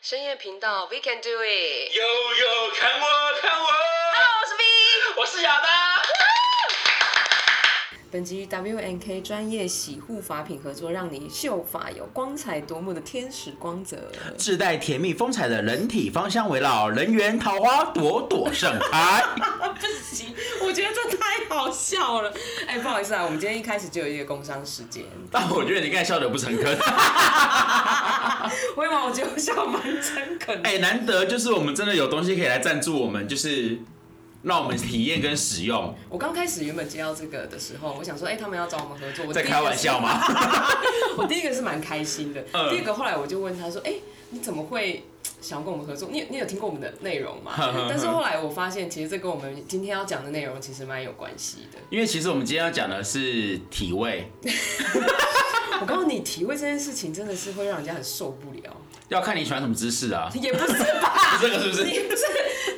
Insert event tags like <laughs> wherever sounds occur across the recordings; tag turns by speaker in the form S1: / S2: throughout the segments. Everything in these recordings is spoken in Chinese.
S1: 深夜频道，We can do it。
S2: 悠悠，看我，看我，
S1: Hello，我是 V。
S2: 我是亚当。
S1: 本集 WNK 专业洗护发品合作，让你秀发有光彩夺目的天使光泽。
S2: 自带甜蜜风采的人体芳香围绕，人缘桃花朵朵盛开。
S1: 啊不行，我觉得这太好笑了。哎、不好意思啊，我们今天一开始就有一个工伤时间。
S2: 但我觉得你刚才笑得不诚恳。
S1: 为毛我觉得我笑蛮诚恳的？
S2: <laughs> 哎、难得就是我们真的有东西可以来赞助我们，就是让我们体验跟使用。
S1: 我刚开始原本接到这个的时候，我想说，哎、他们要找我们合作，我
S2: 在
S1: 第一个
S2: 开玩
S1: 是
S2: 笑吗？
S1: <laughs> 我第一个是蛮开心的，
S2: 嗯
S1: 第二个后来我就问他说：“哎、你怎么会想要跟我们合作？你你有听过我们的内容 <laughs> 吗？”但是后来我发现，其实这跟我们今天要讲的内容其实蛮有关系的。
S2: <laughs> 因为其实我们今天要讲的是体味，
S1: 我告诉你，体味这件事情真的是会让人家很受不了，
S2: 要看你喜欢什么姿势啊。
S1: 也不是
S2: <laughs>
S1: 吧？
S2: 这个是不是
S1: 你不是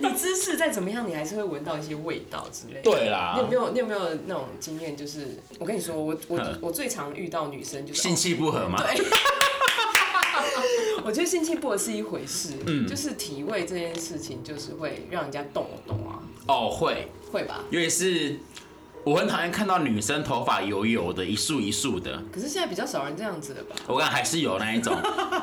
S1: 你姿势再怎么样，你还是会闻到一些味道之类的。
S2: 对啊啦
S1: 你有没有你有没有那种经验？就是我跟你说，我我
S2: 嗯
S1: 我最常遇到女生就是
S2: 性气不合嘛。
S1: 我觉得性气不合是一回事，
S2: 嗯
S1: 就是体味这件事情，就是会让人家动我动啊，
S2: 哦，会。
S1: 会吧？
S2: 尤其是我很讨厌看到女生头发油油的，一束一束的。
S1: 可是现在比较少人这样子了吧？
S2: 我感还是有那一
S1: <laughs>
S2: 种，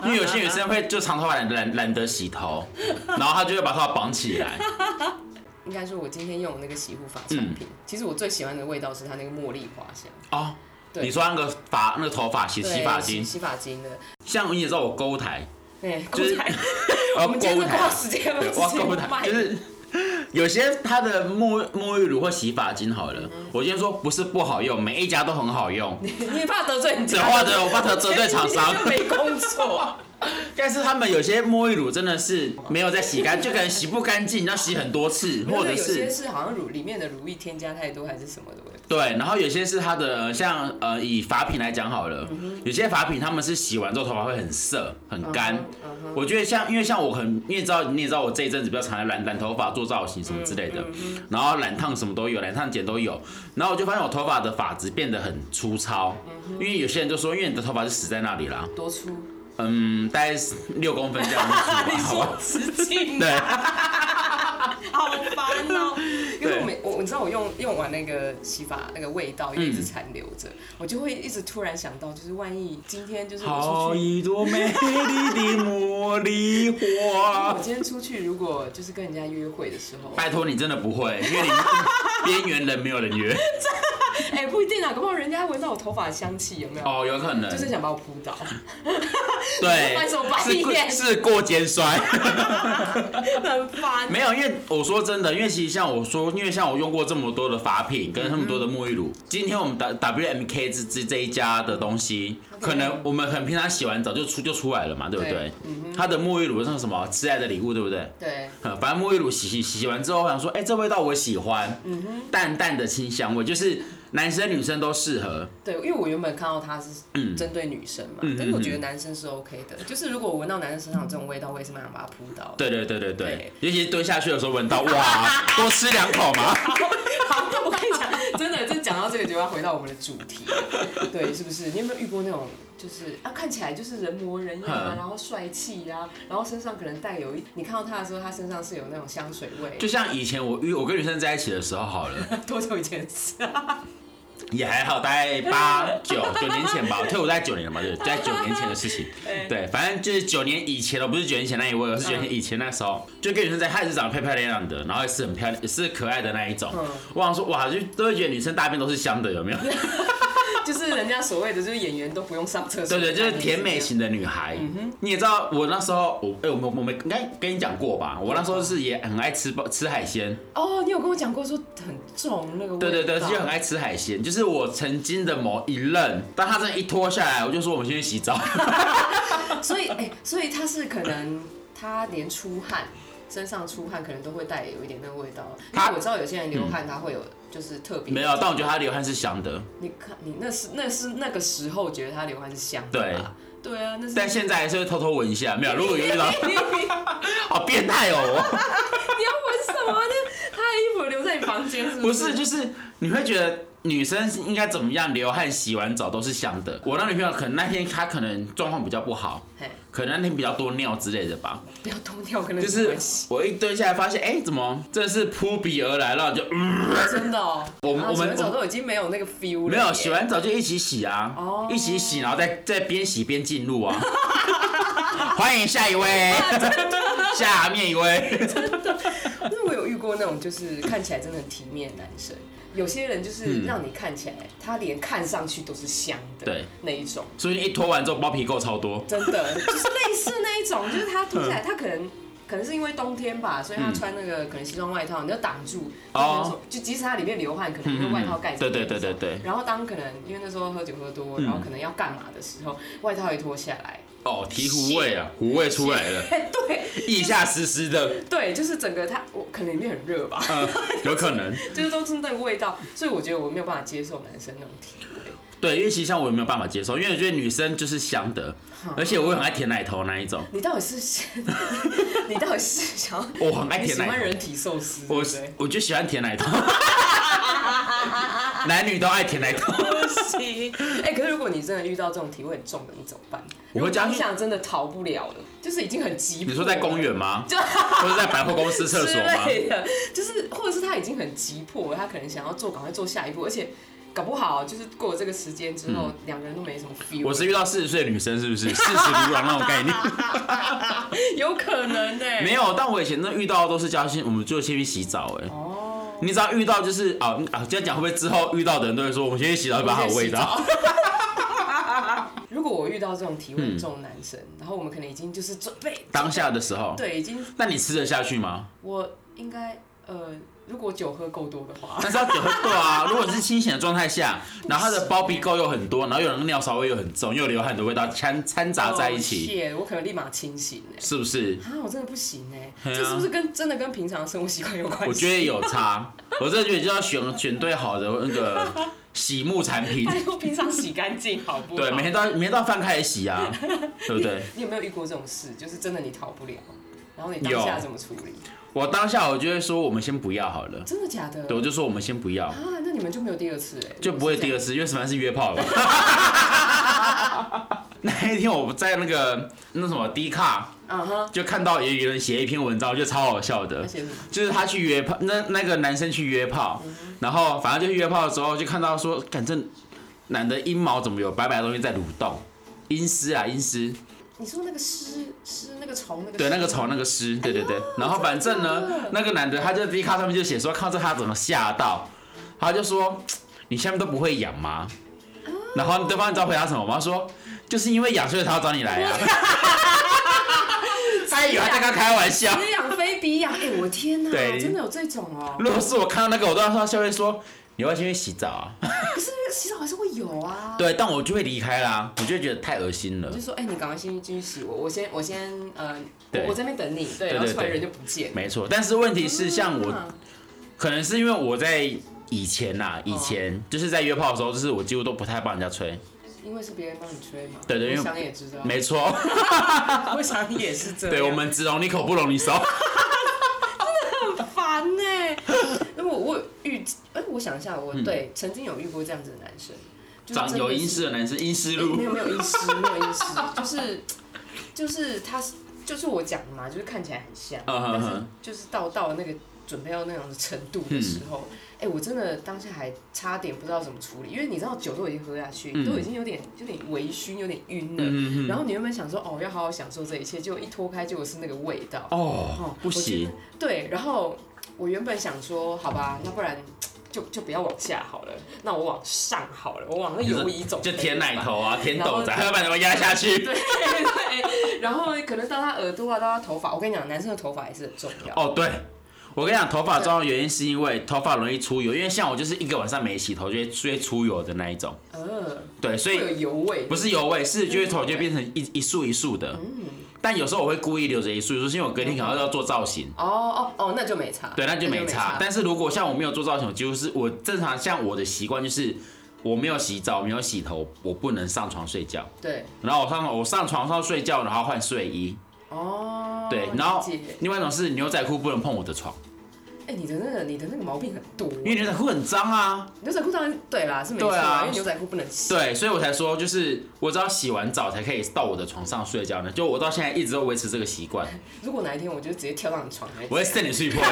S2: 因为有些女生会就长头发懒懒懒得洗头，然后她就会把头发绑起来。
S1: <laughs> 应该说，我今天用的那个洗护发产
S2: 嗯
S1: 品，其实我最喜欢的味道是它那个茉莉花香。
S2: 哦，
S1: 对
S2: 你说那个发那个头发洗
S1: 对
S2: 洗发精，
S1: 洗发精的，
S2: 像你也知道我勾台，
S1: 对，
S2: 就是
S1: 刚才
S2: 我
S1: 我们今天都到时间了，
S2: 我要勾
S1: 直接卖
S2: 台，就是有些它的沐沐浴乳或洗发精好了，
S1: 嗯
S2: 我先说不是不好用，每一家都很
S1: <laughs>
S2: 好用。
S1: 你也怕得罪人
S2: 这
S1: 家，
S2: 话的我怕得罪厂
S1: <laughs>
S2: 商。
S1: 就没工作。
S2: 但是他们有些沐浴乳真的是没有在洗干，就可能洗不干净，要洗很多次， <laughs> 或者
S1: 有些
S2: 是
S1: 是好像乳里面的乳液添加太多还是什么的味道，
S2: 对。然后有些是它的呃像呃以发品来讲好了，有些发品他们是洗完之后头发会很涩很干。
S1: 嗯哼
S2: 我觉得像因为像我很你也知道你也知道我这一阵子比较常来染染头发做造型什么之
S1: 嗯
S2: 类的，然后染烫什么都有，染烫剪都有。然后我就发现我头发的发质变得很粗糙，
S1: 嗯
S2: 因为有些人就说因为你的头发就死在那里啦，
S1: 多粗，，
S2: 嗯，大概是六公分这样子吧
S1: 啊 <laughs> 你
S2: 好吧
S1: 说直径
S2: 对。
S1: <laughs> 好烦哦、因为
S2: 对
S1: 我每我你知道我用用完那个洗发那个味道又一
S2: 嗯
S1: 直残留着，我就会一直突然想到，就是万一今天就是我
S2: 好
S1: 出去。
S2: 一朵美丽的茉莉
S1: 我
S2: 花。
S1: 今天出去，如果就是跟人家约会的时候，
S2: 拜托你真的不会，因为你边缘人没有人
S1: <laughs>
S2: 约。
S1: 哎、不一定啊，搞不好人家闻到我头发的香气，有没有？
S2: 哦，有可能
S1: 就，是想把我扑
S2: <laughs>
S1: 倒，
S2: 对
S1: 翻手白，
S2: 是过
S1: 眼
S2: 是过
S1: <laughs>
S2: 肩摔。
S1: 很烦。
S2: 没有，因为我说真的，因为其实像我说，因为像我用过这么多的发品跟那么多的沐浴乳，
S1: 嗯
S2: 今天我们 W W M K 这这这一家的东西，可能我们很平常洗完澡就出就出来了嘛，对不
S1: 对嗯
S2: 对？它的沐浴乳像什么挚爱的礼物，对不对？
S1: 对，
S2: 呃反正沐浴乳洗洗洗完之后，我想说，哎、这味道我喜欢，
S1: 嗯
S2: 淡淡的清香味，就是男生女生都适合。
S1: 对，因为我原本看到它是
S2: 嗯
S1: 针对女生嘛，但是我觉得男生是 OK 的，就是如果我闻到男生身上有这种味道，我也是蛮想把他扑倒的。
S2: <laughs> 对对对对
S1: 对
S2: 对，尤其是蹲下去的时候闻到， <laughs> 哇，多吃两口嘛。 <laughs>
S1: 好，我跟你讲，真的，这讲到这个就要回到我们的主题了，对，是不是？你有没有遇过那种，就是啊，看起来就是人模人样啊，
S2: 嗯
S1: 然后帅气啊，然后身上可能带有一，你看到他的时候，他身上是有那种香水味，
S2: 就像以前我遇我跟女生在一起的时候，好了，
S1: 多久以前的事啊？ <laughs>
S2: 也还好，大概 <laughs> 八九九年前吧，我退伍在九年了嘛，对，在九年前的事情。 <laughs> 对，反正就是九年以前了，不是九年前那一位，我是九年以前那时候，就跟女生在，她也是长得漂漂亮亮的，然后也是很漂亮，也是可爱的那一种
S1: 嗯。
S2: 我想说，哇，就都会觉得女生大便都是香的，有 <laughs> 没有？
S1: 就是人家所谓的，就是演员都不用上厕所，
S2: 对对，就是嗯甜美。型的女孩。你也知道，我那时候我哎、我们我们应该跟你讲过吧？我那时候是也很爱吃吃海鲜。
S1: 哦，你有跟我讲过说很重那个味道，
S2: 对对对，就很爱吃海鲜。就是我曾经的某一任，当他真的一脱下来，我就说我们先去洗澡。 <laughs>
S1: 所以哎、所以他是可能他连出汗，身上出汗可能都会带有一点那个味道，因为
S2: 他
S1: 我知道有些人流汗他会有就是特别
S2: 嗯没有，但我觉得他流汗是香的。
S1: 你看，你那是那是那个时候觉得他流汗是香的吧，对啊，那是。
S2: 但现在还是会偷偷闻一下，没有。如果有遇到，
S1: <laughs>
S2: <laughs>
S1: 你你要闻
S2: 好变态哦！
S1: 什么呢？他的衣服留在你房间是
S2: 不
S1: 是？
S2: 是，就是你会觉得女生应该怎么样？流汗、洗完澡都是香的。我那女朋友可能那天她可能状况比较不好，
S1: 嘿，
S2: 可能那天比较多尿之类的吧。
S1: 不要偷尿，可能
S2: 就是
S1: 关系
S2: 我一蹲下来发现，哎、怎么这是扑鼻而来，然后我就、嗯、
S1: 真的哦。
S2: 我们
S1: 然后
S2: 我
S1: 洗
S2: 们
S1: 完澡都已经没有那个 feel 了，
S2: 没有洗。完澡就一起洗啊，
S1: 哦
S2: 一起洗，然后再再边洗边进入啊。 <laughs> 欢迎下
S1: <laughs>
S2: 一位，下面一位，
S1: 那我有遇过那种就是看起来真的很体面的男生，有些人就是让你看起来他连看上去都是香的
S2: 嗯对
S1: 那一种。
S2: 所以一脱完之后包皮垢超多。
S1: 真的 <laughs> 就是类似那一种，就是他脱下
S2: 嗯
S1: 来，他可能可能是因为冬天吧，所以他穿那个可能西装外套，你就挡住，
S2: 哦
S1: 他可能说就即使他里面流汗，可能因为外套盖着。
S2: 对对对对。对，嗯
S1: 然后当可能因为那时候喝酒喝多，然后可能要干嘛的时候，外套也脱下来， <laughs>
S2: 哦，提壶味啊，壶味出来了，
S1: 哎，对
S2: 腋下湿
S1: <laughs>
S2: 湿的，
S1: 对，就是整个他我可能里面很热吧，
S2: 呃，有可能。
S1: 就是都是那个味道，所以我觉得我没有办法接受男生那种体味。
S2: 对，因为其实像我也没有办法接受，因为我觉得女生就是香的，
S1: 嗯
S2: 而且我也很爱舔奶头那一种，
S1: 你到底是 <laughs> 你到底是想要
S2: 哦我很爱
S1: 你
S2: 舔
S1: 喜欢
S2: 奶头，
S1: 人体寿司？对
S2: 我
S1: 不对
S2: 我就喜欢舔
S1: <laughs>
S2: 奶头，男女都爱舔奶头，
S1: 不行。 <laughs> 哎、可是如果你真的遇到这种体味很重的，你怎么办？
S2: 我会加
S1: 当
S2: 去。
S1: 下真的逃不了了，就是已经很急迫。
S2: 你说在
S1: <laughs>
S2: 公园吗？或者在百货公司厕所吗
S1: 之？类的，就是或者是他已经很急迫了，他可能想要做，赶快做下一步，而且搞不好就是过了这个时间之后，两、个人都没什么 feel。
S2: 嗯我是遇到四十岁的女生，是不 <laughs> 是四十如狼那种概念？ <laughs>
S1: 有可能欸呢、
S2: 没有，但我以前那遇到的都是叫先，我们就先去洗澡。哎，
S1: 哦，
S2: 你只要遇到就是啊啊，这样讲会不会之后遇到的人都会说我们先去洗澡，把好味道？ <laughs>
S1: 我先洗澡。如果我遇到这种体味很重的男生，
S2: 嗯
S1: 然后我们可能已经就是准备
S2: 当下的时候，
S1: 对，已经
S2: 那你吃得下去吗？
S1: 我应该呃，如果酒喝够多的
S2: <laughs>
S1: 话，
S2: 但是要酒喝对啊， <laughs> 如果是清醒的状态下，然后他的包皮垢又很多，然后又有那个尿骚味又很重，又有流汗的味道掺掺杂在一起，
S1: Oh, shit，我可能立马清醒哎、
S2: 是不是？
S1: 啊，我真的不行哎、
S2: 对啊
S1: 这是不是跟真的跟平常生活习惯有关系？
S2: 我觉得有差，我真的觉得就要选选对好的那个洗沐产品，
S1: 拜托，哎平常洗干净好不好？
S2: 对，每天到每天到饭开始
S1: <laughs>
S2: 洗啊，对不对？
S1: 你有没有遇过这种事？就是真的你逃不了，然后你
S2: 有
S1: 当下怎么处理？
S2: 我当下我就会说我们先不要好了，
S1: 真的假的？
S2: 对，我就说我们先不要，
S1: 啊，那你们就没有第二次哎、
S2: 就不会第
S1: 二。
S2: 二次，因为什么是约炮了。
S1: <laughs>
S2: 那一天我在那个那什么 D 卡
S1: 啊哈，
S2: 就看到有有人写一篇文章，我觉得超好笑的
S1: 那。写什么？
S2: 就是他去约炮，那那个男生去约炮，
S1: 嗯
S2: 然后反正就去约炮的时候，就看到说，反正男的阴毛怎么有白白的东西在蠕动，阴丝啊，阴丝，
S1: 你说那个湿湿那个虫那个
S2: 对，那个
S1: 虱
S2: 虫那个丝，对对对。然
S1: 哎
S2: 后反正
S1: 真的
S2: 呢
S1: 假的，
S2: 那个男的他就 D 卡上面就写说，看到这他怎么吓到，他就说你下面都不会痒吗？
S1: 哦
S2: 然后对方你知道回答什么吗？他说就是因为痒，所以才要找你来啊。 <laughs> 他以为他在跟他开
S1: <laughs>
S2: 玩笑。
S1: 你养非比养，哎、我天哪、
S2: 对
S1: 真的有这种哦、
S2: 如果是我看到那个，我当时就会说你要不要先去洗澡啊。 <laughs>
S1: 可是洗澡还是会有啊。
S2: 对，但我就会离开啦，我就会觉得太恶心了
S1: 我就。说，哎、你赶快先进去洗我，我先我先呃，
S2: 对
S1: 我我这边等你，对，
S2: 对
S1: 然后
S2: 对
S1: 出来
S2: 对
S1: 人就不见。
S2: 没错，但是问题是，像我，
S1: 啊
S2: 可能是因为我在以前呐、以
S1: 哦
S2: 前就是在约炮的时候，就是我几乎都不太帮人家吹。
S1: 因为是别人帮你吹嘛，
S2: 对对因为
S1: 我想也知道，
S2: 没错， <laughs>
S1: 我想也是这样，
S2: 对我们只容你口不容你手。
S1: <laughs> 很烦呢、那么我有遇，哎、我想一下，我对曾经有遇过这样子的男生，就是真
S2: 嗯长
S1: 的
S2: 有
S1: 是
S2: 阴湿的男生，阴湿
S1: 没
S2: 路。
S1: 有没有阴湿，没有阴湿，就是就是他是就是我讲的嘛，就是看起来很像，
S2: 嗯哼
S1: 但是
S2: 哼
S1: 就是到到了那个准备到那种程度的时
S2: 嗯
S1: 候，哎、我真的当下还差点不知道怎么处理，因为你知道酒都已经喝下去，
S2: 嗯
S1: 都已经有点有点微醺，有点晕了，
S2: 嗯
S1: 然后你原本想说哦要好好享受这一切，结果一脱开结果是那个味道，
S2: 哦，不行，
S1: 对，然后我原本想说，好吧，那不然就就不要往下好了，那我往上好了，我往那
S2: 你说
S1: 游移走，
S2: 就舔奶。头啊，舔
S1: 然后
S2: 豆子啊，还要把什么压下去？
S1: 对对，然后可能到他耳朵啊，到他头发，我跟你讲，男生的头发也是很重要。
S2: 哦，对。我跟你讲，头发重要的原因是因为头发容易出油，因为像我就是一个晚上没洗头就会就会出油的那一种，
S1: 呃，
S2: 对，所
S1: 会
S2: 以
S1: 有油嗯味。
S2: 不是油味，是就会头就变成一一束一束的。
S1: 嗯
S2: 但有时候我会故意留着一束一束，是因为我隔天可能要做造型。
S1: 哦哦哦，那就没差。
S2: 对，那就没差。但是如果像我没有做造型，我几乎是我正常像我的习惯就是我没有洗澡，没有洗头，我不能上床睡觉。
S1: 对，
S2: 然后我上我上床上睡觉，然后换睡衣。
S1: 哦，
S2: 对，然后
S1: 理解
S2: 另外一种是牛仔裤不能碰我的床。
S1: 哎、哎、你的那个你的那个毛病很多，欸
S2: 因为牛仔裤很脏啊。
S1: 牛仔裤当然对啦，是没错，
S2: 对啊
S1: 因为牛仔裤不能洗。
S2: 对，所以我才说，就是我只要洗完澡才可以到我的床上睡觉呢。就我到现在一直都维持这个习 <laughs> 惯，
S1: 如果哪一天我就直接跳到你床来，
S2: 我会扇你碎 <laughs> 破，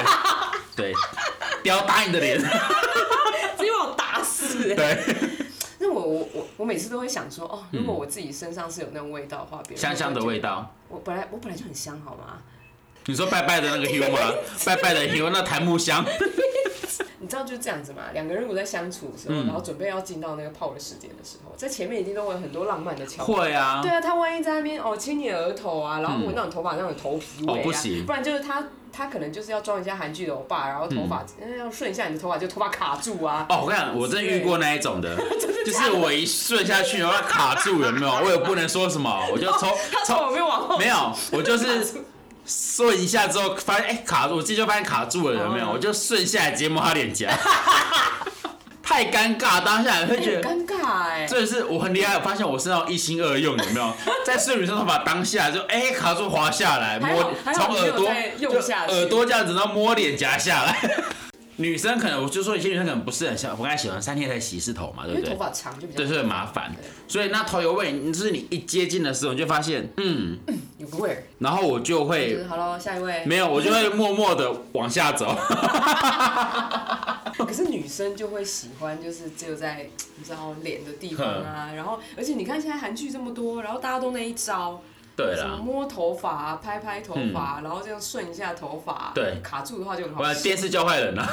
S2: 对，吊打你的 <laughs> 脸，
S1: 直接把我打死、欸。
S2: 对，
S1: 那我我我我每次都会想说，哦，如果我自己身上是有那种味道的话，别人
S2: 嗯香香的味
S1: 道。
S2: 道。
S1: 我本来我本来就很香，好吗？
S2: 你说拜拜的那个 Hugh <laughs> 吗？拜拜的 Hugh 那檀木香，
S1: 你知道就是这样子嘛，两个人如果在相处的时候，
S2: 嗯
S1: 然后准备要进到那个泡的时间的时候，在前面一定都会有很多浪漫的桥段。
S2: 会啊嗯
S1: 对，啊，他万一在那边哦亲你的额头啊，然后闻到你头发上的头皮味啊，
S2: 哦不行
S1: 不然就是他他可能就是要装一下韩剧的欧巴，然后头发、嗯要顺一下你的头发，就头发卡住啊，
S2: 哦，我跟你讲，我真的遇过那一种的，哦
S1: <laughs>
S2: 就是我一顺下去，然后它卡住，有没有？我也不能说什么，我就抽
S1: 他
S2: 抽
S1: 从有没有往后
S2: 没有，我就是
S1: 卡住
S2: 顺一下之后发现，哎、卡住，我自己就发现卡住了，有没有？
S1: 哦
S2: 我就顺下来直接摸他脸颊，太尴尬，当下会觉
S1: 很
S2: 得。
S1: 尴尬哎、
S2: 这是我很厉害，我发现我身上一心二用，有
S1: <laughs>
S2: 没有？在顺女生头发当下就哎、卡住滑下来，
S1: 还好
S2: 摸
S1: 还好
S2: 从
S1: 你没
S2: 耳
S1: 有
S2: 朵
S1: 再
S2: 就
S1: 用下去
S2: 耳朵这样子，然后摸脸颊下来。女生可能我就说有些女生可能不是很像，我刚才喜欢三天才洗一次头嘛，
S1: 因
S2: 对不
S1: 为
S2: 对
S1: 头？发长就比较
S2: 对，是很麻烦
S1: 对。
S2: 所以那头油味，就是你一接近的时候，你就发现，嗯，
S1: 有个味儿。
S2: 然后我就会
S1: 就是好喽，下一位。
S2: 没有，我就会默默的往下走。
S1: 哦可是女生就会喜欢，就是只有在你知道脸的地方
S2: 嗯
S1: 啊，然后而且你看现在韩剧这么多，然后大家都那一招，
S2: <laughs> 对
S1: 什么
S2: 啦，嗯
S1: 摸头发、啊、拍拍头发啊、然后这样顺一下头发啊、
S2: 对
S1: 卡住的话就很
S2: 我
S1: 好
S2: 要
S1: 笑。
S2: 电视教坏人啦。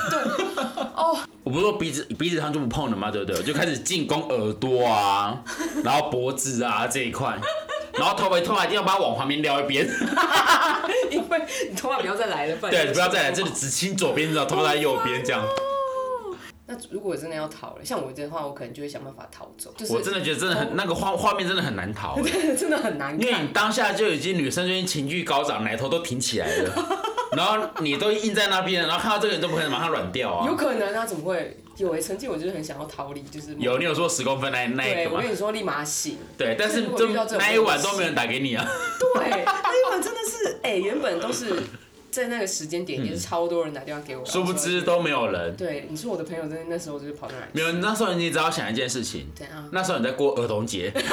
S1: 哦，
S2: <laughs> 我不是说鼻子鼻子上就不碰了吗？对不对？我就开始进攻耳
S1: <laughs>
S2: 朵啊，然后脖子啊这一块，然后头发头发一定要把它往旁边撩一边，
S1: 因为你头发不要再来了，不然
S2: 对，不要再来，这里只亲左边，然后头发在右边这样。
S1: 那如果真的要逃了，像我的话，我可能就会想办法逃走， <laughs> 就是哦
S2: 我真的觉得真的很那个画画面真的很难逃、
S1: <laughs>
S2: 欸
S1: 真的很难
S2: 因为
S1: 看
S2: 你。当下就已经女生就已经情绪高涨，奶头都挺起来
S1: <laughs>
S2: 了，然后你都硬在那边，然后看到这个你都不可能马上软掉
S1: 有
S2: 啊。
S1: 可能啊，怎么会有诶、曾经我就是很想要逃离，就是
S2: 有，你有说十公分那那一
S1: 对，
S2: 个
S1: 我
S2: 吗
S1: 跟？你说，立马醒。
S2: 对，但是
S1: 如果
S2: 这
S1: 遇到这种
S2: 那一晚都没有人打给你啊。
S1: 对，那一晚真的是，哎、原本都是在那个时间点，也是超多人打电话给我，
S2: 嗯殊不知。都没有人。
S1: 对，你说我的朋友真的那时候就是跑那来，啊
S2: 没有，那时候你只要想一件事情，
S1: 怎样？
S2: 那时候你在过儿童节。 <laughs>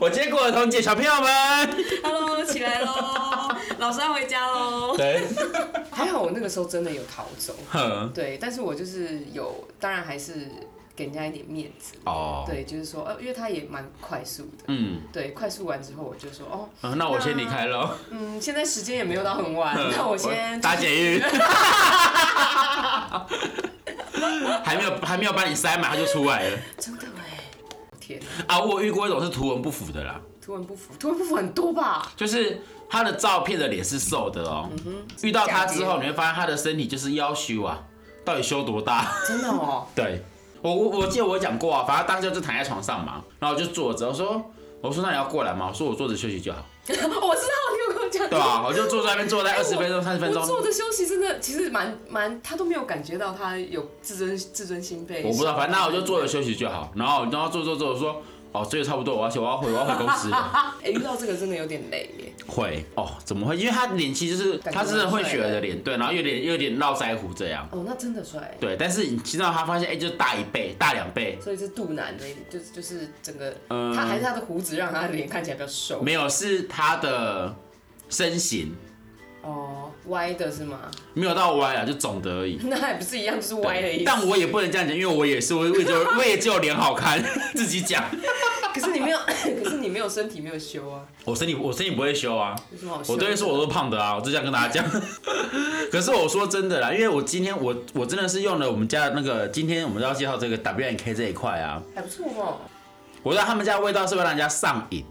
S2: 我今天过儿童节，小朋友们。
S1: Hello，起来喽，老师要回家喽。
S2: 对，
S1: 还好我那个时候真的有逃走，
S2: 哼，
S1: 对，但是我就是有，当然还是给人家一点面子。
S2: 哦，
S1: 对，就是说，呃，因为他也蛮快速的，
S2: 嗯，
S1: 对，快速完之后我就说，哦，
S2: 啊那我先离开喽。
S1: 嗯，现在时间也没有到很晚，
S2: 哼
S1: 那我先
S2: 搭捷运。 <laughs> 还没有还没有把你塞满，他就出来了
S1: 真的哎，天哪，
S2: 啊！我有遇过一种是图文不符的啦，
S1: 图文不符，图文不符很多吧？
S2: 就是他的照片的脸是瘦的哦、
S1: 嗯
S2: 遇到他之后，你会发现他的身体就是腰修啊，到底修多大？
S1: 真的哦，
S2: 对，我我我记得我有讲过啊，反正当时就躺在床上嘛，然后我就坐着，我说我说那你要过来吗？我说我坐着休息就好，
S1: <laughs> 我知道你有跟我讲，
S2: 对吧、我就坐在那边坐在二十分钟三十分钟
S1: 我，坐着休息真的其实蛮蛮，他都没有感觉到他有自尊自尊心被。
S2: 我不知道，反正那我就坐着休息就好，然后然后坐坐坐，我说哦，这个差不多，我要去我要回我要回公司了，
S1: 啊，哎、遇到这个真的有点累耶。
S2: 会哦，怎么会？因为他脸其实就是
S1: 感觉
S2: 他真的会
S1: 蛮
S2: 雪
S1: 帅的
S2: 儿的脸，对，然后有点有点络腮胡这样。
S1: 哦，那真的帅，
S2: 对，但是你知道他发现，哎、就大一倍，大两倍，
S1: 所以是肚腩的，就是就是整个，
S2: 嗯
S1: 他还是他的胡子让他的脸看起来比较瘦。
S2: 没有是他的身形
S1: 哦，歪的是吗？ <laughs>
S2: 没有到歪啊，就肿的而已。
S1: 那还不是一样，就是歪的意思。
S2: 但我也不能这样讲，因为我也是， <laughs> 我我也就我也只有脸好看， <laughs> 自己讲。
S1: <laughs> 可是你没有， <laughs> 可是你没有身体没有修啊，
S2: 我身体我身体不会修啊，
S1: 有什么好修？
S2: 我都会说我都胖的啊，我就这样跟大家讲。 <laughs> 可是我说真的啦，因为我今天我我真的是用了我们家的那个，今天我们要介绍这个 W N K 这一块啊，
S1: 还不错哦，
S2: 我知道他们家的味道是会让人家上瘾，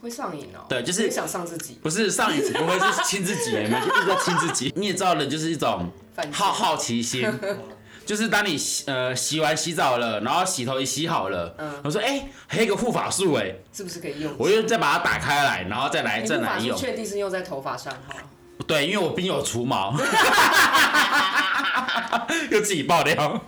S1: 会上瘾哦。
S2: 对就是
S1: 会想上自己，
S2: 不是上瘾，不会是亲自己，有
S1: <laughs>
S2: 没有？就一直在亲自己。你也知道的，就是一种
S1: 反
S2: 好好奇心， <laughs> 就是当你洗呃洗完洗澡了，然后洗头也洗好了，
S1: 嗯
S2: 我说哎、还有一个护发素哎、
S1: 是不是可以用？
S2: 我又再把它打开来，然后再来
S1: 哎你
S2: 再
S1: 不
S2: 来
S1: 法术
S2: 用。
S1: 确定是用在头发上哈。
S2: 对，因为我毕竟有除毛， <laughs> 又自己爆料，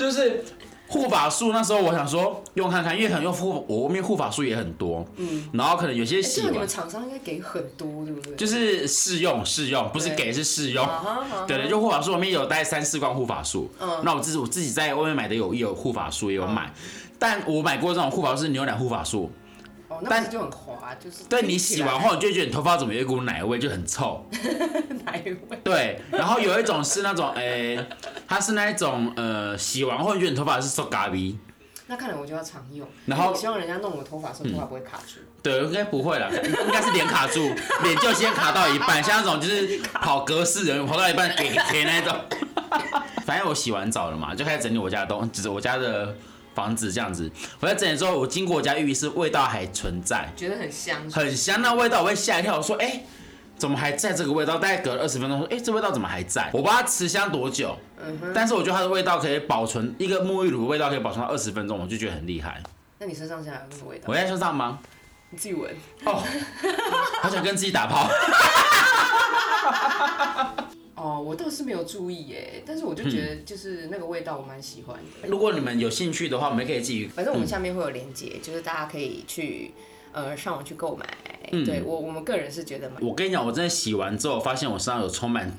S2: 就是护法术那时候我想说用看看，因为可能用护我外面护法术也很多，嗯，然后可能有些
S1: 哎
S2: 洗
S1: 这样你
S2: 完
S1: 们厂商应该给很多，对不对？
S2: 就是试用试用，不是
S1: 对
S2: 给是试用。
S1: 啊哈啊哈
S2: 对对，就护法术，我们也有带三四罐护法术。
S1: 嗯
S2: 那我自己我自己在外面买的有也有护法术，也有买，但我买过这种护法术是牛奶护法术，
S1: 哦，那
S2: 但
S1: 不是就很滑，就是
S2: 对你
S1: 听起
S2: 洗
S1: 来
S2: 完后，你就会觉得你头发怎么有一股奶味，就很臭。
S1: <laughs> 哪一位？
S2: 对，然后有一种是那种，诶、它是那一种，呃，洗完后你觉得你头发是收咖喱，
S1: 那看来我就要常用。
S2: 然后嗯
S1: 我希望人家弄我头发的时候，头发不会卡住。
S2: 对，应该不会啦，应该是脸卡住，脸就先卡到一半，像那种就是跑格式人跑到一半给给那种。反正我洗完澡了嘛，就开始整理我家的东，就是我家的房子这样子。我在整理之后，我经过我家浴室，味道还存在，
S1: 觉得很香，
S2: 很香，那味道我会吓一跳，我说哎、怎么还在这个味道？大概隔了二十分钟，说哎、这味道怎么还在？我不知道它持香多久，
S1: 嗯哼。
S2: 但是我觉得它的味道可以保存一个沐浴乳的味道可以保存到二十分钟，我就觉得很厉害。
S1: 那你身上现在有什么味道
S2: 我？在身上吗？
S1: 你自己闻。
S2: 哦，好想跟自己打炮。
S1: 哦，我倒是没有注意耶，但是我就
S2: 嗯
S1: 觉得就是那个味道我蛮喜欢的。
S2: 如果你们有兴趣的话，我们可以自己。
S1: 反正我们下面会有连接，就是大家可以去呃上网去购买。
S2: 嗯
S1: 对我我们个人是觉得蛮
S2: 我跟你讲，我真的洗完之后，发现我身上有充满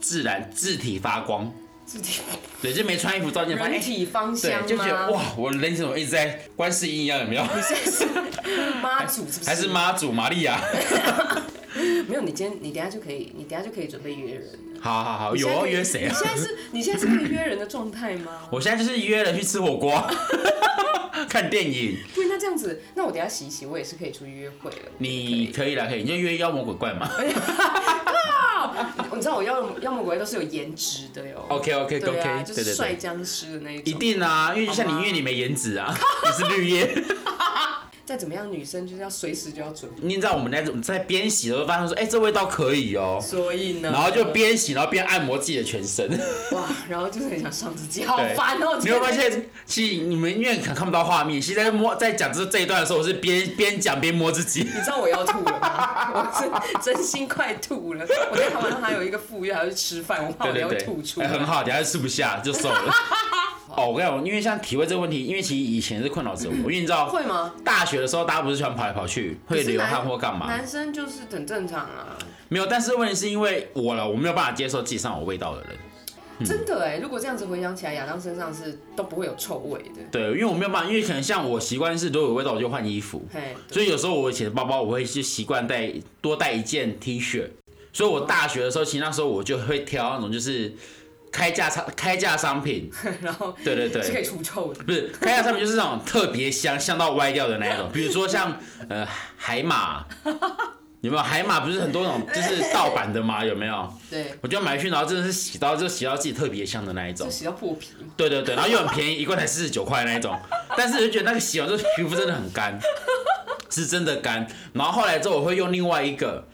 S2: 自然自体发光，
S1: 自己
S2: 对，就没穿衣服照镜子发现，
S1: 人
S2: 哎
S1: 体芳香
S2: 对，
S1: 吗？
S2: 就觉得哇，我人体怎么一直在观世音一样，有没有？
S1: 你现在是妈祖是不是？
S2: 还是妈祖玛利亚？
S1: 没有，你今天你等一下就可以，你等一下就可以准备约人。
S2: 好好好，
S1: 你
S2: 有
S1: 现在
S2: 要
S1: 可以
S2: 约谁
S1: 你
S2: 啊？
S1: 现在是你现在是可以约人的状态
S2: <laughs>
S1: 吗？
S2: 我现在就是约了去吃火锅， <laughs> 看电影。
S1: 不，那这样子，那我等一下洗一洗，我也是可以出去约会了。
S2: 你可以啦，可以，你就约妖魔鬼怪嘛。
S1: 你知道我妖妖魔鬼怪都是有颜值的哟。
S2: OK OK
S1: 对啊，
S2: OK，
S1: 就
S2: 对
S1: 是
S2: 对
S1: 帅
S2: 对，
S1: 僵尸的那一
S2: 一
S1: 种。
S2: 定啊，因为就像你，
S1: 好吗
S2: 因为你没颜值啊， <laughs> 你是绿叶。
S1: 再怎么样，女生就是要随时就要准备。
S2: 你知道我们在在边洗的时候发现说，哎，这味道可以哦，
S1: 所以呢，
S2: 然后就边洗，然后边按摩自己的全身。
S1: 哇，然后就是很想上自己，好
S2: 对
S1: 烦哦、
S2: 你
S1: 今天
S2: 会发现，其实你们因为可能看不到画面，其实在摸在讲这这一段的时候，我是边边讲边摸自
S1: <laughs>
S2: 己。
S1: 你知道我要吐了吗？ <laughs> 我是真心快吐了。我在台湾还有一个赴约，还要去吃饭，我怕
S2: 对
S1: 我
S2: 对
S1: 要
S2: 对
S1: 吐，出
S2: 哎
S1: 来。
S2: 很好，等下吃不下就瘦
S1: <laughs>
S2: 了。哦，我跟你讲，因为像体味这个问题，因为其实以前是困扰着我，因为你知道
S1: 会吗？
S2: 大学的时候，大家不是喜欢跑来跑去，会
S1: 可是
S2: 流
S1: 男
S2: 汗或干嘛？
S1: 男生就是很正常啊，
S2: 没有，但是问题是因为我了，我没有办法接受自己身上有味道的人。嗯
S1: 真的哎。如果这样子回想起来，亚当身上是都不会有臭味的。
S2: 对，因为我没有办法，因为可能像我习惯是，如果有味道我就换衣服，
S1: 嘿，
S2: 所以有时候我以前的包包我会去习惯带多带一件 T 恤，所以我大学的时候，其实那时候我就会挑那种就是开价商开价商品，
S1: 然后
S2: 对对对，
S1: 是可以 <laughs> 除臭的。
S2: 不是，开价商品就是那种特别香，香到歪掉的那一种，比如说像呃海马，有没有海马不是很多那种就是盗版的吗？有没有？
S1: 对，
S2: 我就买去，然后真的是洗到就洗到自己特别香的那一种
S1: 就，洗到破皮嘛。
S2: 对对对，然后又很便宜，一罐才四十九块那一种， <laughs> 但是就觉得那个洗完之后皮肤真的很干， <laughs> 是真的干。然后后来之后我会用另外一个，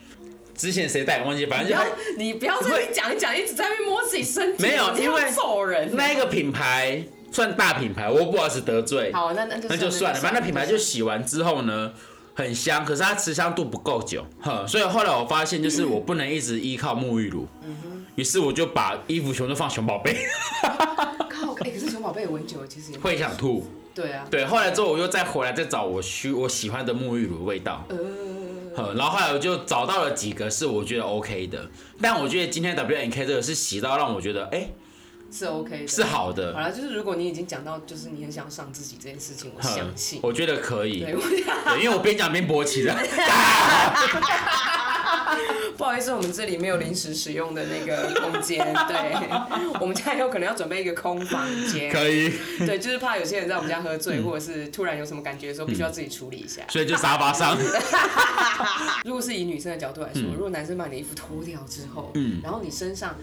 S2: 之前谁带我忘记，反正
S1: 你
S2: 就
S1: 不
S2: 还
S1: 要，你不要在那边讲一讲，一直在那边摸自己身体，
S2: 没有
S1: 你这样
S2: 因为
S1: 揍人。
S2: 那一个品牌算大品牌，我不好意思得罪，
S1: 好，那那就
S2: 那就算了，反正那品牌
S1: 就
S2: 就洗完之后呢，很香，可是它持香度不够久，哼，所以后来我发现就是我不能一直依靠沐浴乳，于是我就把衣服全部都放熊宝贝， <laughs>
S1: 靠，哎、可是熊宝贝闻久了其实也
S2: 会想吐。
S1: 对啊，
S2: 对，后来之后我又再回来再找我需我喜欢的沐浴乳的味道，
S1: 呃，
S2: 哼，然后后来我就找到了几个是我觉得 OK 的，但我觉得今天 W N K 这个是洗到让我觉得哎、
S1: 是 OK 的，
S2: 是好的，
S1: 好了，就是如果你已经讲到，就是你很想上自己这件事情，我
S2: 哼
S1: 相信。
S2: 我觉得可以，
S1: 对，我
S2: 对，因为我边讲边勃
S1: <laughs>
S2: 起的。
S1: 不好意思，我们这里没有临时使用的那个空间，
S2: <laughs>
S1: 对，我们家有可能要准备一个空房间，
S2: 可以，
S1: 对，就是怕有些人在我们家喝醉，或者是突然有什么感觉的时候，必须要自己处理一下。
S2: 所以就沙发上。嗯
S1: 如果是以女生的角度来说，如果男生把你的衣服脱掉之后，
S2: 嗯
S1: 然后你身上。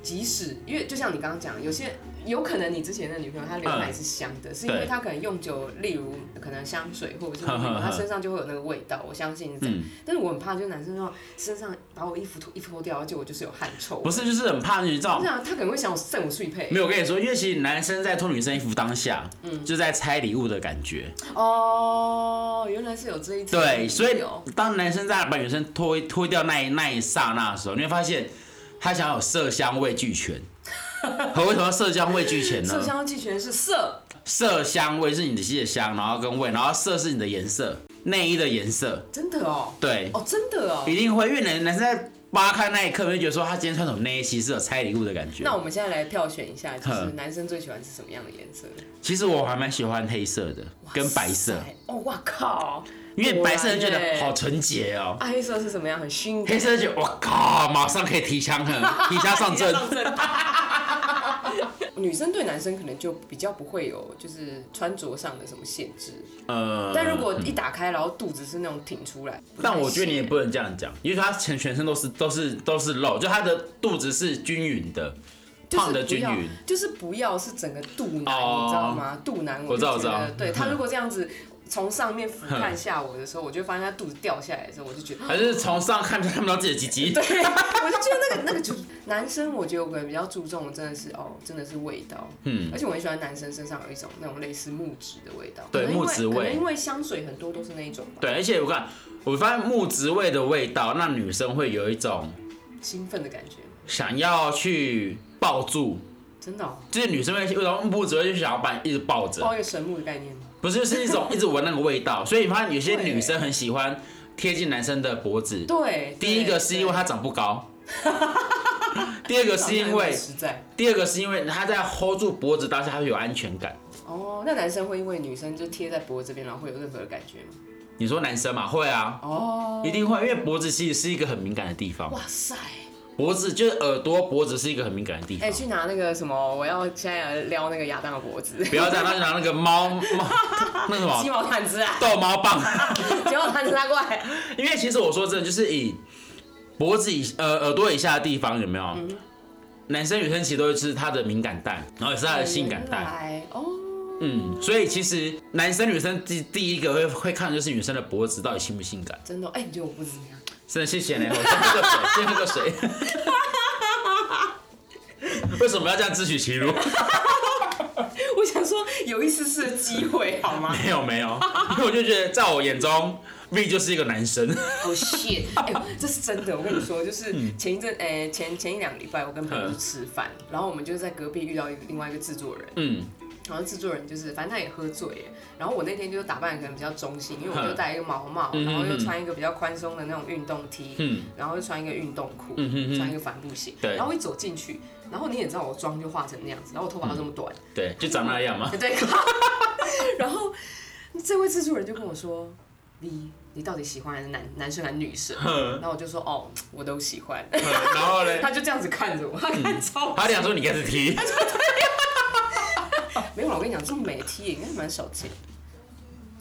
S1: 即使因为就像你刚刚讲，有些有可能你之前的女朋友她刘海是香的，是因为
S2: 对
S1: 她可能用久，例如可能香水或者是沐浴
S2: 呵呵
S1: 乳，
S2: <laughs> 呵
S1: 她身上就会有那个味道。我相信是这样，
S2: 嗯
S1: 但是我很怕就是男生说身上把我衣服脱一脱掉，结果就是有汗
S2: <laughs>
S1: 臭。
S2: 不是，就是很怕你知道
S1: 不是。啊，他可能会想我剩我睡配
S2: 哦没有，我跟你说，因为其实男生在脱女生衣服当下，嗯，就在拆礼物的感觉。
S1: 哦，原来是有这一层
S2: 对，所以
S1: 哦
S2: 当男生在把女生脱脱掉那一那一刹那的时候，你会发现他想
S1: <laughs>
S2: 要有色香味俱全。何为什么色香味俱全
S1: 麝
S2: 呢？
S1: 香气全是色
S2: 色香味是你的自己的香，然后跟味，然后色是你的颜色，内衣的颜色，
S1: 真的哦，
S2: 对，
S1: 哦，真的哦
S2: 一。定会，因为男男生在扒开那一刻，你会觉得说他今天穿什么内衣，其实有拆礼物的感觉
S1: 那。我们现在来票选一下，就是
S2: 哼
S1: 男生最喜欢是什么样的颜色？
S2: 其实我还蛮喜欢黑色的跟白色
S1: 哇，塞。哦，哇靠！
S2: 因为白色人觉
S1: 果然
S2: 得
S1: 耶
S2: 好纯洁哦，
S1: 啊，黑色是什么样？很熏感。
S2: 黑色人觉得我靠，马上可以提枪很提
S1: <laughs>
S2: 枪上阵。
S1: 女生对男生可能就比较不会有就是穿着上的什么限制，
S2: 呃，
S1: 但如果一打开，然后肚子是那种挺出来，
S2: 但我觉得你也不能这样讲，因为他全全身都是都是都是肉，就他的肚子是均匀的，
S1: 就是
S2: 胖的均
S1: 不要
S2: 匀。
S1: 就是不要是整个肚腩，
S2: 哦
S1: 你知道吗？肚腩
S2: 我知道
S1: 就觉
S2: 我
S1: 得
S2: 知道
S1: 对
S2: 嗯
S1: 他如果这样子从上面俯瞰下我的时候，我就发现他肚子掉下来的时候，我就觉得。
S2: 还是从上看就看不到自己的鸡
S1: <laughs>
S2: 鸡。
S1: 对，我就觉得那个那个就是男生，我觉得我可能比较注重的真的是哦，真的是味道，
S2: 嗯
S1: 而且我很喜欢男生身上有一种那种类似木质的味道，
S2: 对
S1: 可能因为
S2: 木质味
S1: 可能因为香水很多都是那一种吧，
S2: 对，而且我看，我发现木质味的味道，让女生会有一种
S1: 兴奋的感觉，
S2: 想要去抱住，
S1: 真的、哦，
S2: 就是女生会为什么木质味就想要把你一直抱着，
S1: 抱一个神木的概念吗？
S2: 不是就是一种一直闻那个味道，所以你发现有些
S1: 对
S2: 女生很喜欢贴近男生的脖子。
S1: 对，
S2: 第一个是因为她长不高，第二个
S1: 这
S2: 是因为
S1: 实在
S2: 第二个是因为他在 hold 住脖子当下，他会有安全感。
S1: 哦，那男生会因为女生就贴在脖子这边，然后会有任何的感觉吗？
S2: 你说男生嘛，会啊，
S1: 哦，
S2: 一定会，因为脖子其实是一个很敏感的地方，
S1: 哇塞，
S2: 脖子就是耳朵，脖子是一个很敏感的地
S1: 哎、
S2: 方。
S1: 去拿那个什么，我要现在来撩那个亚当的脖子，
S2: 不要这样，他就拿那个猫
S1: <laughs>
S2: 猫那个什
S1: 鸡
S2: 么
S1: 毛掸子
S2: <laughs>
S1: 啊，
S2: 逗猫棒，
S1: 鸡毛掸子拿过来，
S2: 因为其实我说真的，就是以脖子以呃耳朵以下的地方有没有？
S1: 嗯
S2: 男生女生其实都是他的敏感带，然后也是他的性感带。
S1: 带哦，
S2: 嗯，所以其实男生女生第第一个会会看的就是女生的脖子到底性不性感。
S1: 真的哦，哎、你觉得我不怎么样？ <laughs>
S2: 真的谢谢呢，我先喝个水，先喝个水。 <laughs> 为什么要这样自取其辱？
S1: 我想说有一丝丝的机会好吗？
S2: 没有没有，因为我就觉得在我眼中，V 就是一个男生。
S1: <laughs> 哦、shit！哎
S2: <laughs>
S1: 呦，这是真的，我跟你说，就是
S2: 嗯
S1: 前一阵，哎、前前一两个礼拜，我跟朋友去吃饭，然后我们就在隔壁遇到一个另外一个制作人，
S2: 嗯，
S1: 然后制作人就是，反正他也喝醉耶。然后我那天就打扮得可能比较中性，因为我就戴一个毛帽，
S2: 嗯
S1: 然后又穿一个比较宽松的那种运动 T，
S2: 嗯
S1: 然后又穿一个运动裤，
S2: 嗯哼哼
S1: 穿一个帆布鞋。
S2: 对
S1: 然后一走进去，然后你也知道我妆就化成那样子，然后我头发又这么短，
S2: 对，就长那样嘛。
S1: <laughs> 对。然后这位制作人就跟我说：“V，你到底喜欢还是男男生还是女生？”
S2: 嗯
S1: 然后我就说：“哦，我都喜欢。 <laughs>
S2: 嗯然后嘞，
S1: 他就这样子看着我，他看超
S2: 嗯他俩说你开始踢，
S1: 没有啦，我跟你讲，这么美的 T 也应该蛮少见。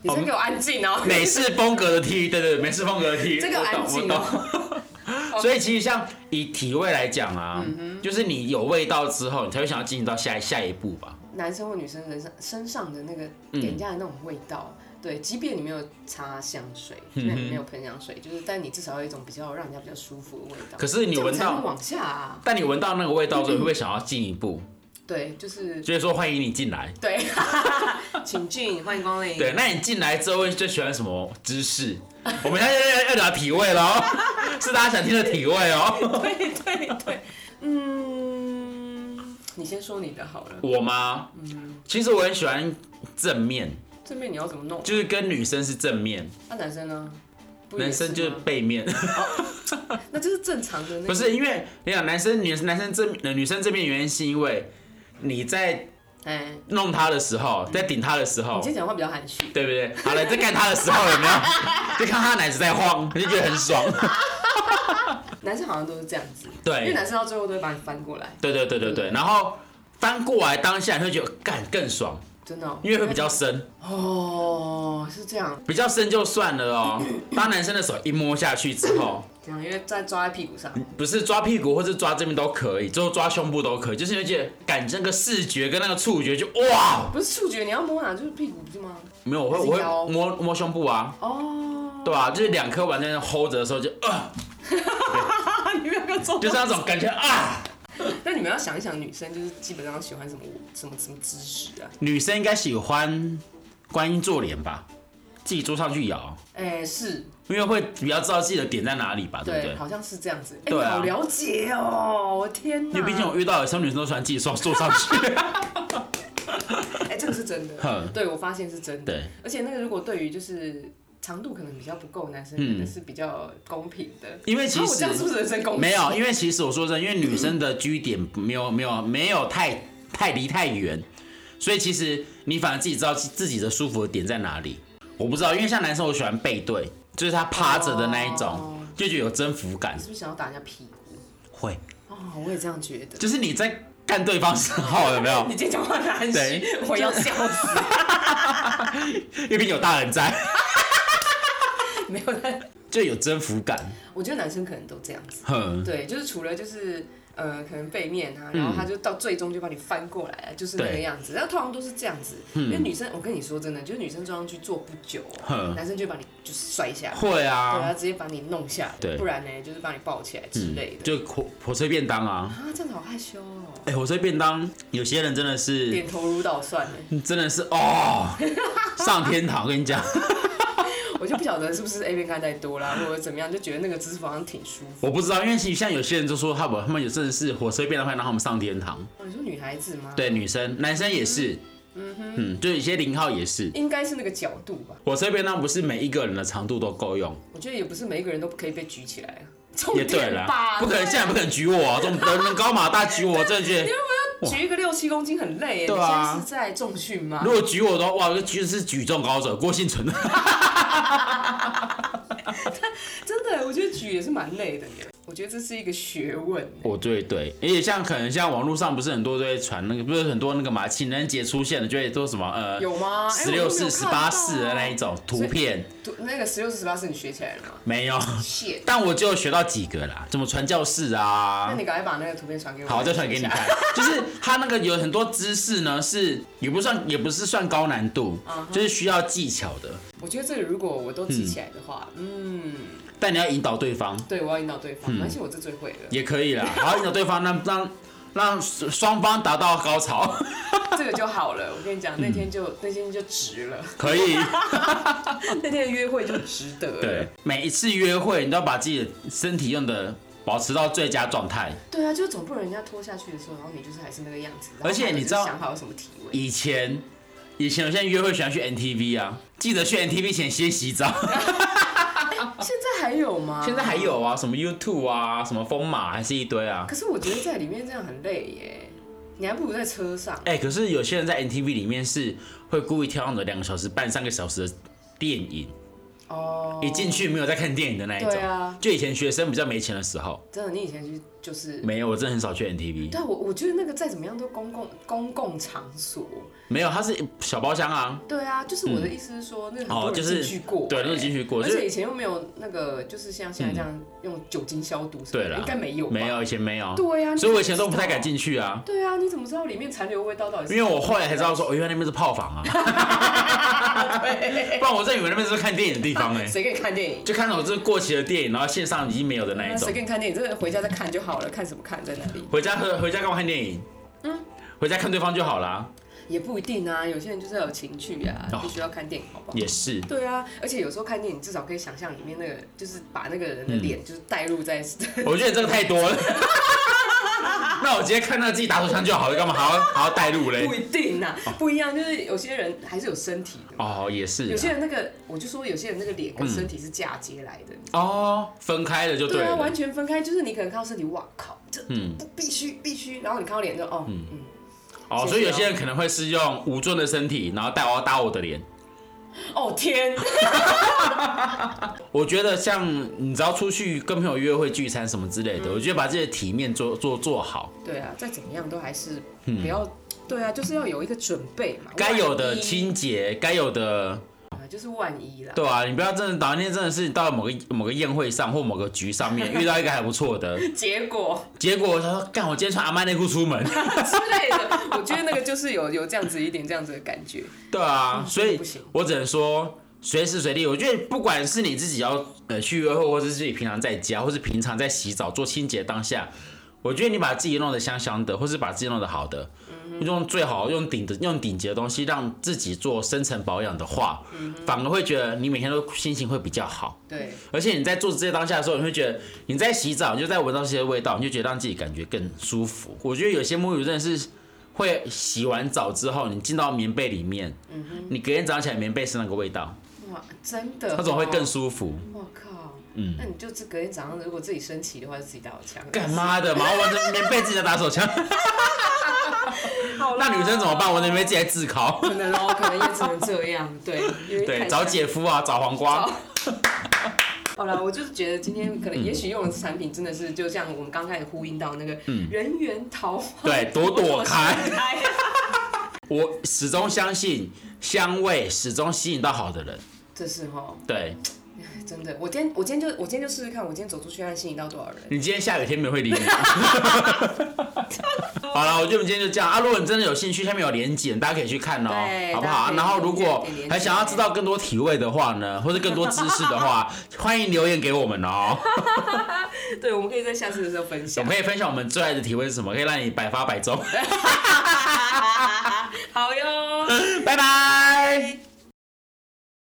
S1: 你先给我安静哦、
S2: 美式风格的踢，对对对，美式风格的踢。
S1: 这个
S2: 我懂
S1: 安
S2: 我
S1: 静
S2: 懂。
S1: 哦、
S2: 所以其实像以体味来讲啊，
S1: 嗯
S2: 就是你有味道之后，你才会想要进行到下下一步吧。
S1: <laughs> 男生或女生身上身上的那个
S2: 嗯
S1: 给人家的那种味道，对，即便你没有擦香水，
S2: 嗯
S1: 即便你没有喷香水，就是但你至少有一种比较让人家比较舒服的味道。
S2: 可是你
S1: 这样
S2: 闻
S1: 才能
S2: 到，
S1: 往下啊，
S2: 但你闻到那个味道之后，你会不会想要进一步？
S1: 对，就是
S2: 所以说欢迎你进来。
S1: 对， <laughs> 请进，欢迎光临。
S2: 对，那你进来之后最喜欢什么姿势？ <laughs> 我们现在要要聊体位喽， <laughs> 是大家想听的体位哦。 <laughs>
S1: 对对对，嗯，你先说你的好了。
S2: 我吗？
S1: 嗯
S2: 其实我很喜欢正面，
S1: 这边你要怎么弄？
S2: 就是跟女生是正面，
S1: 那、男生呢？不也
S2: 男生就是
S1: 吗
S2: 背面。 <laughs>
S1: 那就是正常的那个
S2: 不是因为你想男生女男生正呃女生正面的原因是因为你在
S1: 哎，你
S2: 弄他的时
S1: 嗯
S2: 候，在顶他的时候
S1: 今，天讲话比较含蓄。
S2: 对不对？好了，在干他的时候
S1: <laughs>
S2: 有没有？就看他奶子在晃，你就觉得很爽。
S1: 男生好像都是这样子，因为
S2: 对
S1: 男生到最后都会把你翻过来，
S2: 对对对对对，然后翻过来当下你会觉得干更爽，
S1: 真的哦、
S2: 因为会比较深。
S1: 哦，是这样，
S2: 比较深就算了
S1: <coughs>
S2: 哦，当男生的手一摸下去之后，
S1: 这样，因为在抓在屁股上，
S2: 不是抓屁股或是抓这边都可以，最后抓胸部都可以，就是而且感那个视觉跟那个触觉就哇，
S1: 不是触觉，你要摸哪就是屁股不是吗？
S2: 没有，我会我
S1: 还是腰
S2: 会摸摸胸部啊， <laughs>
S1: 哦，
S2: 对吧、就是两颗丸在那 hold 着的时候就啊、
S1: 啊，你们要做，
S2: 就是那种感觉啊。
S1: 那你们要想一想，女生就是基本上喜欢什么什么什么姿势啊？
S2: 女生应该喜欢观音坐莲吧，自己坐上去摇，
S1: 哎、是
S2: 因为会比较知道自己的点在哪里吧，对不
S1: 对，
S2: 对？
S1: 好像是这样子，哎、
S2: 对
S1: 你
S2: 啊
S1: 好了解哦、我天哪， <laughs>
S2: 因为毕竟我遇到有时候女生都喜欢自己坐坐上去，
S1: 哎、这个是真的
S2: <laughs> 哼。
S1: 对，我发现是真的。
S2: 对，
S1: 而且那个如果对于就是长度可能比较不够，男生可
S2: 嗯
S1: 能是比较公平的。
S2: 因为其
S1: 啊我
S2: 实
S1: 这样是不是人身攻击？
S2: 没有，因为其实我说真的，因为女生的居点
S1: 嗯
S2: 没有没有没有太太离太远，所以其实你反而自己知道自己的舒服的点在哪里。我不知道，因为像男生我喜欢背对，就是他趴着的那一种，
S1: 哦
S2: 就觉得有征服感
S1: 你。是不是想要打人家屁股？
S2: 会，
S1: 哦，我也这样觉得。
S2: 就是你在干对方时候有没有
S1: <laughs> 你今天讲话很虚
S2: 对，
S1: 我要笑死。 <laughs>
S2: 一边有大人在， <laughs>
S1: 没有，但
S2: 就有征服感。
S1: 我觉得男生可能都这样子。
S2: 哼，
S1: 对，就是除了就是呃，可能背面啊，然后他就到最终就把你翻过来了，就是那个
S2: 嗯对嗯
S1: 样子。然后通常都是这样子，因为女生，我跟你说真的，就是女生装上去坐不久哦，
S2: 哼
S1: 男生就把你就是摔下来，
S2: 会
S1: 对，他
S2: 啊，
S1: 直接把你弄下来，
S2: 对嗯
S1: 不然呢就是把你抱起来之类的。
S2: 就火火车便当啊。
S1: 啊，这样子好害羞哦，
S2: 哎、火车便当，有些人真的是，
S1: 点头如捣蒜 <laughs> 呢。
S2: 真的是哦，上天堂！我跟你讲，
S1: 我就不晓得是不是 A 片看太多啦，或者怎么样，就觉得那个姿势好像挺舒服。
S2: 我不知道，因为其实像有些人就说他们他们有真的是火车便当派让他们上天堂，
S1: 哦你说女孩子吗？，
S2: 对女生男生也是，嗯嗯，就有些零号也是，
S1: 应该是那个角度吧。
S2: 火车便当不是每一个人的长度都够用，
S1: 我觉得也不是每一个人都可以被举起来啊。重
S2: 也对
S1: 点吧，
S2: 啦，不可能
S1: 对啊
S2: 现在不可能举我、啊，这种人高马大举我，我真
S1: <laughs>
S2: 的觉得
S1: 举一个六七公斤很累耶，
S2: 对啊
S1: 你现在是在重训吗
S2: 如？果举我的话，哇，这举是举重高手郭幸存，啊
S1: 真的，我觉得举也是蛮累的耶。我觉得这是一个学问耶。
S2: 哦对对，而且像可能像网络上不是很多都会传那个，不是很多那个嘛情人节出现的就会说什么呃
S1: 有吗？哎
S2: 十六式、十八式的那一，
S1: 我
S2: 种图片
S1: 都没有看到那个十六式、十八式你学起来了吗？
S2: 没有。
S1: 谢，
S2: 但我就学到几个啦，怎么传教士啊
S1: 那，你赶快把那个图片传给我。
S2: 好，我再传给你看。 <laughs> 就是他那个有很多姿势呢，是也不算也不是算高难度，
S1: 嗯
S2: 就是需要技巧的，
S1: 我觉得这个如果我都记起来的话，嗯，
S2: 但你要引导对方
S1: 对我要引导对
S2: 嗯
S1: 方，而且我这最会了，
S2: 也可以啦，
S1: <laughs>
S2: 然后引导对方让让让双方达到高潮， <laughs>
S1: 这个就好了。我跟你
S2: 嗯
S1: 讲，那天就那天就值了， <laughs>
S2: 可以。
S1: 那天的约会就值得了。
S2: 对，每一次约会你都要把自己的身体用的保持到最佳状态。
S1: 对啊，就是总不能人家拖下去的时候，然后你就是还是那个样子，然后
S2: 而且
S1: 他们
S2: 你
S1: 就是
S2: 知道
S1: 想好有什么体位。
S2: 以前以前有些人约会喜欢去 NTV 啊，记得去 NTV 前先洗澡。
S1: 现在还有吗？
S2: 现在还。有啊，什么 YouTube 啊，什么风马，还是一堆啊。
S1: 可是我觉得在里面这样很累耶，你还不如在车上。
S2: 哎、可是有些人在 NTV 里面是会故意挑那种两个小时半、三个小时的电影，
S1: 哦，
S2: 一进去没有在看电影的那一种。
S1: 对啊
S2: 就以前学生比较没钱的时候，
S1: 真的，你以前去就是。
S2: 没有，我真的很少去 NTV。
S1: 对啊，我我觉得那个再怎么样都公共公共场所，
S2: 没有，它是小包厢啊。
S1: 对啊，就是我的意思是说，那个很多
S2: 哦就
S1: 人进
S2: 是
S1: 去过，欸
S2: 对很多人进去过
S1: 而
S2: 就是嗯
S1: 且以前又没有那个，就是像现在这样用酒精消毒什么
S2: 对
S1: 的，
S2: 了，
S1: 应该没有，
S2: 没，有，以前没有。
S1: 对啊，
S2: 所以我以
S1: 你怎么
S2: 前都不太
S1: 知道
S2: 敢。进去啊，
S1: 对啊，你怎么知道里面残留味道到底是？
S2: 因为我后来才知道说，哦，原来那边是炮
S1: <laughs>
S2: 房啊， <laughs> 不然我真以为那边是看电影的
S1: <laughs>
S2: 地方哎、
S1: 谁给你看电影？
S2: 就看到我这过期的电影，然后线上已经没有的那一种
S1: 谁。给你看电影？真的回家再看就好了，看什么看，在哪里
S2: 回家和回家干嘛看电影？
S1: 嗯
S2: 回家看对方就好啦。
S1: 也不一定啊。有些人就是要有情趣啊，
S2: 哦
S1: 必须要看电影，好不好？
S2: 也是，
S1: 对啊，而且有时候看电影，至少可以想象里面那个，就是把那个
S2: 嗯
S1: 人的脸就是带入在， <laughs>
S2: 我觉得这个太多了。 <laughs> 那我直接看到自己打手枪就好了，干嘛还要还要带入嘞
S1: 不？一定啊，不一样。就是有些人还是有身体的嘛，
S2: 哦，也是
S1: 有些
S2: 啦。
S1: 人那个，我就说有些人那个脸跟身体是嫁接来的，
S2: 哦，分开了就对
S1: 对啊，
S2: 了
S1: 完。全分开。就是你可能看到身体，哇靠，这
S2: 嗯
S1: 不必须必须，然后你看到脸就哦，嗯，
S2: 哦，所以有些人可能会是用吴尊的身体，然后带我要打我的脸。
S1: 哦天， <laughs>
S2: 我觉得像你只要出去跟朋友约会、聚餐什么之类
S1: 嗯
S2: 的，我觉得把自己的体面做做做好，
S1: 对啊，再怎么样都还是不要，对啊，就是要有一个准备嘛，
S2: 嗯该有的
S1: 万一
S2: 清洁，该有的
S1: 啊，就是万一啦。
S2: 对啊，你不要真的打念，真的是你到了某个某个宴会上或某个局上
S1: <laughs>
S2: 面遇到一个还不错的，
S1: 结果
S2: 结果他说干，我今天穿阿妈内裤出门。 <laughs>
S1: 之类的， <laughs> 我觉得那个就是有有这样子一点这样子的感觉。
S2: 对啊，所以
S1: 嗯不行
S2: 我只能说随时随地，我觉得不管是你自己要呃去约会，或是自己平常在家，或是平常在洗澡做清洁当下，我觉得你把自己弄得香香的，或是把自己弄得好的，
S1: 嗯
S2: 用最好用顶的用顶级的东西让自己做深层保养的话，
S1: 嗯
S2: 反而会觉得你每天都心情会比较好。
S1: 对，
S2: 而且你在做这些当下的时候，你会觉得你在洗澡，你就在闻到这些味道，你就觉得让自己感觉更舒服。我觉得有些沐浴乳真的是会洗完澡之后，你进到棉被里面，你隔天早上起来棉被是那个味道，
S1: 哇，真的、
S2: 那种会更。舒服。
S1: 我靠，
S2: 嗯
S1: 那你就这隔天早上如果自己升旗的话，就自己打火枪。
S2: 干妈的，然后闻着棉被自己在打手枪，
S1: 好啦
S2: 那女生怎么办？闻着棉被自己在自烤。
S1: 可能哦，可能也只能这样。对，因为
S2: 对，
S1: 太
S2: 找姐夫啊，找黄瓜
S1: 找。好了，我就是觉得今天可能也许用的产品真的是就像我们刚开始呼应到那个人缘桃花，
S2: 对朵朵开
S1: 朵朵开
S2: 我始终相信香味始终吸引到好的人。
S1: 这是哈，
S2: 对
S1: 真的，我今天我今天就我今天就试试看，我今天走出去看吸引到多少人。
S2: 你今天下雨天没会
S1: <laughs>
S2: 理你。好了，我觉得我们今天就这样啊。如果你真的有兴趣，下面有连结，大家可以去看哦，
S1: 对
S2: 好不好？
S1: 大家
S2: 啊
S1: 可以
S2: 然后如果
S1: 点连结
S2: 还想要知道更多体味的话呢，或者更多知识
S1: <laughs>
S2: 的话，欢迎留言给我们哦。
S1: <laughs> 对，我们可以在下次的时候分
S2: 我
S1: 享
S2: 们。可以分享我们最爱的体味是什么，可以让你百发百中。
S1: <laughs> 好哟。
S2: 拜拜。